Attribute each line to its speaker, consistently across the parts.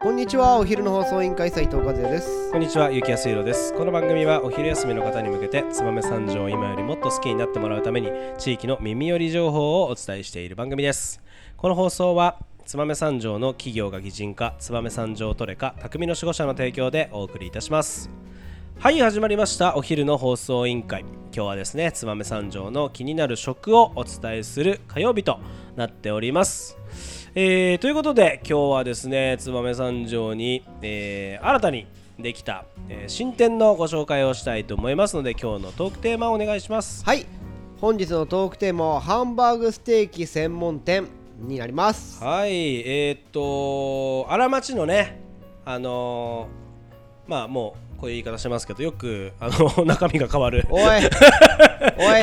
Speaker 1: こんにちはお昼の放送委員会斉藤和也です
Speaker 2: こんにちは、ゆきやすいろです。この番組はお昼休みの方に向けて、燕三条を今よりもっと好きになってもらうために、地域の耳寄り情報をお伝えしている番組です。この放送は、燕三条の企業が擬人化、燕三条トレカ、匠の守護者の提供でお送りいたします。はい、始まりました。お昼の放送委員会。今日はですね、燕三条の気になる食をお伝えする火曜日となっております。えーということで今日はですね燕三条に、えー新たにできた、えー新店のご紹介をしたいと思いますので今日のトークテーマをお願いします
Speaker 1: はい本日のトークテーマはハンバーグステーキ専門店になります
Speaker 2: はいえーっと荒町のねあのーまあもうこういう言い方してますけどよくあの 中身が変わる
Speaker 1: おいおい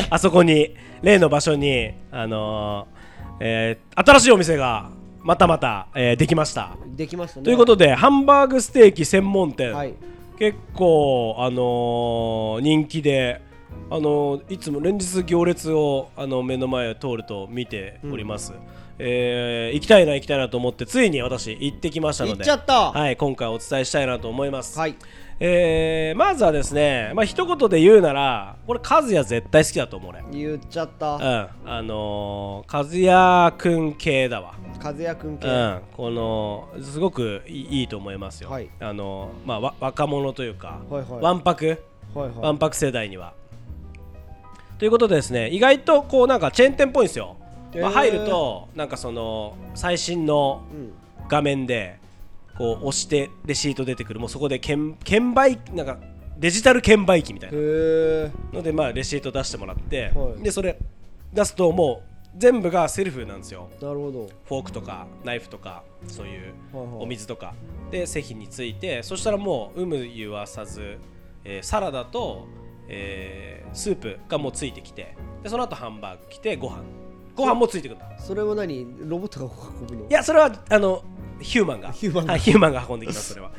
Speaker 2: あそこに例の場所にあのーえー新しいお店がまたまた、えーできました
Speaker 1: できましたね
Speaker 2: ということでハンバーグステーキ専門店、
Speaker 1: はい
Speaker 2: 結構あのー人気であのーいつも連日行列をあの目の前を通ると見ております、えー行きたいな行きたいなと思ってついに私行ってきましたので
Speaker 1: 行っちゃった
Speaker 2: はい、今回お伝えしたいなと思います、
Speaker 1: はい
Speaker 2: えーまずはですね、まあ一言で言うならこれ和也絶対好きだと思うね
Speaker 1: 言っちゃっ
Speaker 2: うん
Speaker 1: た
Speaker 2: あのー、和也くん系だわ
Speaker 1: 和也くん系
Speaker 2: うん、このすごくいいいいと思いますよ、
Speaker 1: はい
Speaker 2: あのまあ、わ若者というか、
Speaker 1: はいはい
Speaker 2: わんぱく
Speaker 1: はい
Speaker 2: わ
Speaker 1: は
Speaker 2: んぱく世代には。ということでですね意外とこうなんかチェーン店っぽいんですよ、まあ、
Speaker 1: へー
Speaker 2: 入るとなんかその最新の
Speaker 1: いうん
Speaker 2: 画面でこう押してレシート出てくるもうそこで券券売なんかデジタル券売機みたいな
Speaker 1: へ
Speaker 2: のでまあレシート出してもらって、
Speaker 1: はい
Speaker 2: でそれ出すともう全部がセルフなんですよ
Speaker 1: えなるほど
Speaker 2: フォークとかナイフとかそういう
Speaker 1: はいはい
Speaker 2: お水とかで席についてそしたらもう有無言わさず、えーサラダと、えースープがもうついてきてでその後ハンバーグ来てご飯ご飯もついてくるんだ
Speaker 1: それは何ロボットが運ぶの
Speaker 2: いやそれはあのヒューマンが
Speaker 1: ヒューマンが
Speaker 2: はい、ヒューマンが運んできますそれは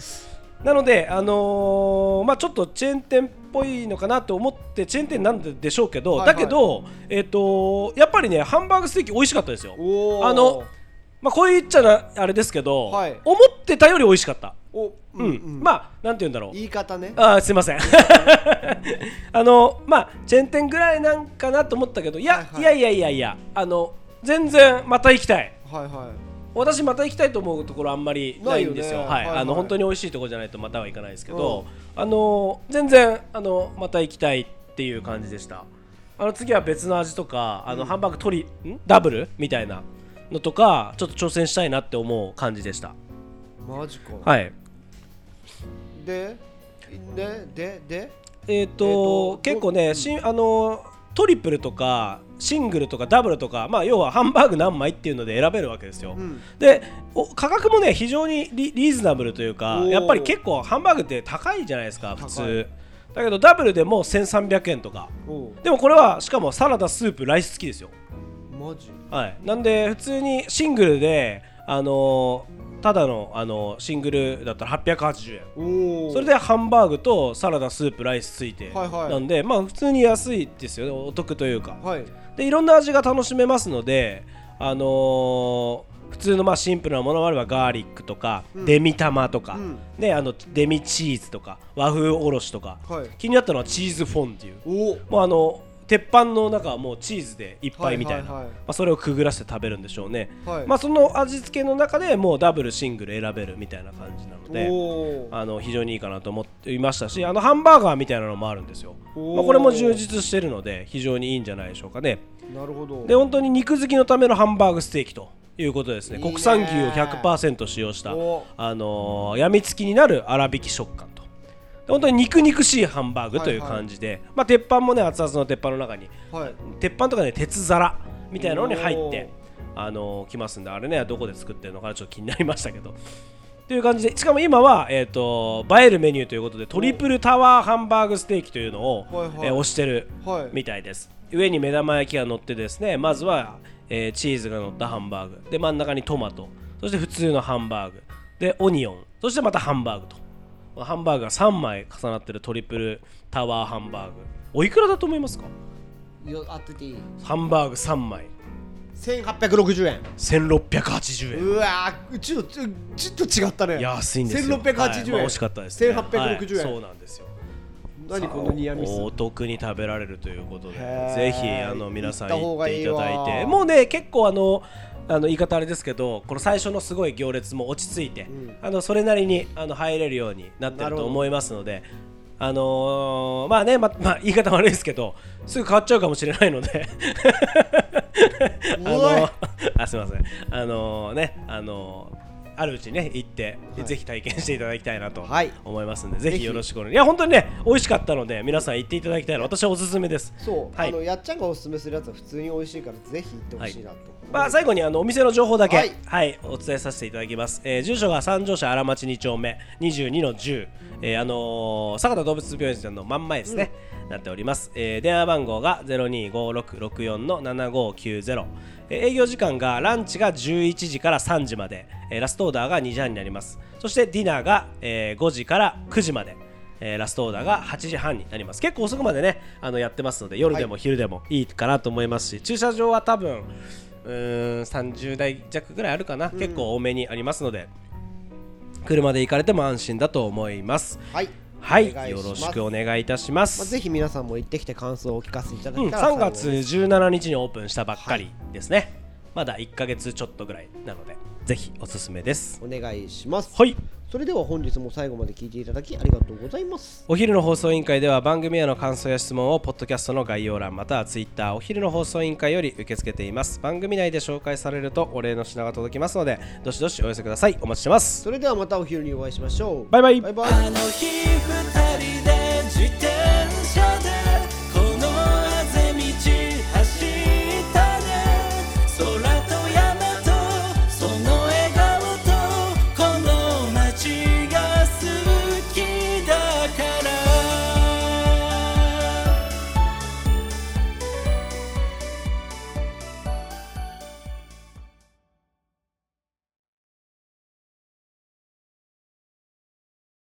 Speaker 2: なのであのーまあちょっとチェーン店っぽいのかなと思ってチェーン店なんでしょうけ
Speaker 1: は
Speaker 2: ど、
Speaker 1: いはい
Speaker 2: だけどえっ、とやっぱりねハンバーグステーキ美味しかったですよ
Speaker 1: おー
Speaker 2: あのまあ、こう言っちゃなあれですけど、
Speaker 1: はい
Speaker 2: 思ってたより美味しかった、
Speaker 1: お
Speaker 2: うんまあなんて言うんだろう
Speaker 1: 言い方ね
Speaker 2: あーすいません あのまあチェーン店ぐらいなんかなと思ったけどいや、
Speaker 1: はい
Speaker 2: い
Speaker 1: はい
Speaker 2: やいやいやいやあの全然また行きたい
Speaker 1: はいは
Speaker 2: 私また行きたいと思うところあんまりないんです
Speaker 1: ない
Speaker 2: よ
Speaker 1: よね
Speaker 2: は
Speaker 1: は
Speaker 2: い
Speaker 1: いはい
Speaker 2: あの本当に美味しいところじゃないとまたは行かないですけど、あの全然あのまた行きたいっていう感じでしたあの次は別の味とかあの、ハンバーグ取りんダブルみたいなのとかちょっと挑戦したいなって思う感じでした
Speaker 1: いマジか
Speaker 2: はい
Speaker 1: でででで
Speaker 2: えっ、と,、
Speaker 1: えーと
Speaker 2: 結構ね、しん、あのトリプルとかシングルとかダブルとかまあ要はハンバーグ何枚っていうので選べるわけですよ、
Speaker 1: うん
Speaker 2: でお価格もね非常にリリーズナブルというか
Speaker 1: おー
Speaker 2: やっぱり結構ハンバーグって高いじゃないですか
Speaker 1: 高い
Speaker 2: 普通だけどダブルでも1300円とか
Speaker 1: おう
Speaker 2: でもこれはしかもサラダスープライス付きですよ
Speaker 1: マジ
Speaker 2: はいなんで普通にシングルであのーただの、あのーシングルだったら880円
Speaker 1: おお
Speaker 2: それでハンバーグとサラダスープライスついて
Speaker 1: はいはい
Speaker 2: なんでまあ普通に安いですよねお得というか
Speaker 1: はい
Speaker 2: でいろんな味が楽しめますのであのー普通のまあシンプルなものもあればガーリックとか、
Speaker 1: うん
Speaker 2: デミ玉とか、
Speaker 1: うん
Speaker 2: ね、あのデミチーズとか和風おろしとか、
Speaker 1: はい
Speaker 2: 気になったのはチーズフォンっていう
Speaker 1: お
Speaker 2: もうあの鉄板の中はもうチーズでいっぱいみたいな、
Speaker 1: はいはいはい
Speaker 2: まあ、それをくぐらせて食べるんでしょうね、
Speaker 1: はい
Speaker 2: まあ、その味付けの中でもうダブルシングル選べるみたいな感じなので。
Speaker 1: おー
Speaker 2: あの非常にいいかなと思っていましたしあのハンバーガーみたいなのもあるんですよ、
Speaker 1: おー
Speaker 2: まあ、これも充実してるので非常にいいんじゃないでしょうかね
Speaker 1: なるほど
Speaker 2: で本当に肉好きのためのハンバーグステーキということですね
Speaker 1: いいね
Speaker 2: 国産牛を100%使用した、
Speaker 1: お
Speaker 2: あのーやみつきになる粗挽き食感とで本当に肉肉しいハンバーグという感じで、まあ、鉄板もね熱々の鉄板の中に
Speaker 1: はい
Speaker 2: 鉄板とかね鉄皿みたいなのに入って
Speaker 1: おー
Speaker 2: あのー来ますんであれねどこで作ってるのかなちょっと気になりましたけど という感じでしかも今は、えー、と映えるメニューということでトリプルタワーハンバーグステーキというのを、
Speaker 1: はいはい
Speaker 2: えー推してる
Speaker 1: はい
Speaker 2: みたいです、上に目玉焼きが乗ってですねまずは、えーチーズが乗ったハンバーグで真ん中にトマトそして普通のハンバーグでオニオンそしてまたハンバーグとまあハンバーグが3枚重なってるトリプルタワーハンバーグおいくらだと思いますか
Speaker 1: よ当てていい
Speaker 2: ハンバーグ3枚
Speaker 1: 1860円
Speaker 2: 1680円
Speaker 1: うわーちょっとちょちょっと違ったね
Speaker 2: 安いんですよ
Speaker 1: 1680円、
Speaker 2: はいまあ惜しかったです、ね、
Speaker 1: 1860円、
Speaker 2: はいそうなんですよ
Speaker 1: 何このニアミス
Speaker 2: お得に食べられるということで
Speaker 1: へー
Speaker 2: ぜひあの皆さん
Speaker 1: 行った方
Speaker 2: 行っ
Speaker 1: が
Speaker 2: て
Speaker 1: い
Speaker 2: い
Speaker 1: い
Speaker 2: た
Speaker 1: わ
Speaker 2: だいてもうね結構あのあの言い方あれですけどこの最初のすごい行列も落ち着いて、
Speaker 1: ん
Speaker 2: あのそれなりにあの入れるようになっ
Speaker 1: な
Speaker 2: てる
Speaker 1: るほど
Speaker 2: と思いますので。あのーまあねままあ、言い方悪いですけどすぐ変わっちゃうかもしれないのであ
Speaker 1: おい
Speaker 2: のあすいませんあのーねあのーあるうちにね行って、
Speaker 1: はい
Speaker 2: ぜひ体験していただきたいなと
Speaker 1: はい
Speaker 2: 思いますんで、ぜ
Speaker 1: ぜ
Speaker 2: ひ
Speaker 1: ひ
Speaker 2: よろしくお願いいや本当にね美味しかったので皆さん行っていただきたいの私はおすすめです
Speaker 1: そう、
Speaker 2: はい
Speaker 1: あのやっちゃんがおすすめするやつは普通に美味しいからぜひ行ってほしいなと、
Speaker 2: まあ、最後にあのお店の情報だけ、は
Speaker 1: はいい
Speaker 2: お伝えさせていただきます、えー住所が三条市荒町2丁目22の10、えーあのー坂田動物病院さんの真ん前ですね、なっております、えー電話番号が025664の7590、えー営業時間がランチが11時から3時まで、えーラストオーダーが2時半になりますそしてディナーが、えー5時から9時までえーラストオーダーが8時半になります結構遅くまでねあのやってますので夜でも昼でもいいかなと思いますし、駐車場は多分うーん30台弱ぐらいあるかな、結構多めにありますので車で行かれても安心だと思います
Speaker 1: はい
Speaker 2: はい
Speaker 1: お願い
Speaker 2: よ
Speaker 1: ます
Speaker 2: ろしくお願いいたします、
Speaker 1: まあ、ぜひ皆さんも行ってきて感想をお聞かせいただ
Speaker 2: うん、
Speaker 1: けたら、
Speaker 2: 3月17日にオープンしたばっかりですね、まだ1ヶ月ちょっとぐらいなのでぜひおすすめです
Speaker 1: お願いします、
Speaker 2: はい
Speaker 1: それでは本日も最後まで聞いていただきありがとうございます
Speaker 2: お昼の放送委員会では番組への感想や質問をポッドキャストの概要欄またはツイッターお昼の放送委員会より受け付けています番組内で紹介されるとお礼の品が届きますのでどしどしお寄せくださいお待ちしてます
Speaker 1: それではまたお昼にお会いしましょう
Speaker 2: バイバイ
Speaker 1: バイバイ
Speaker 3: あの日二人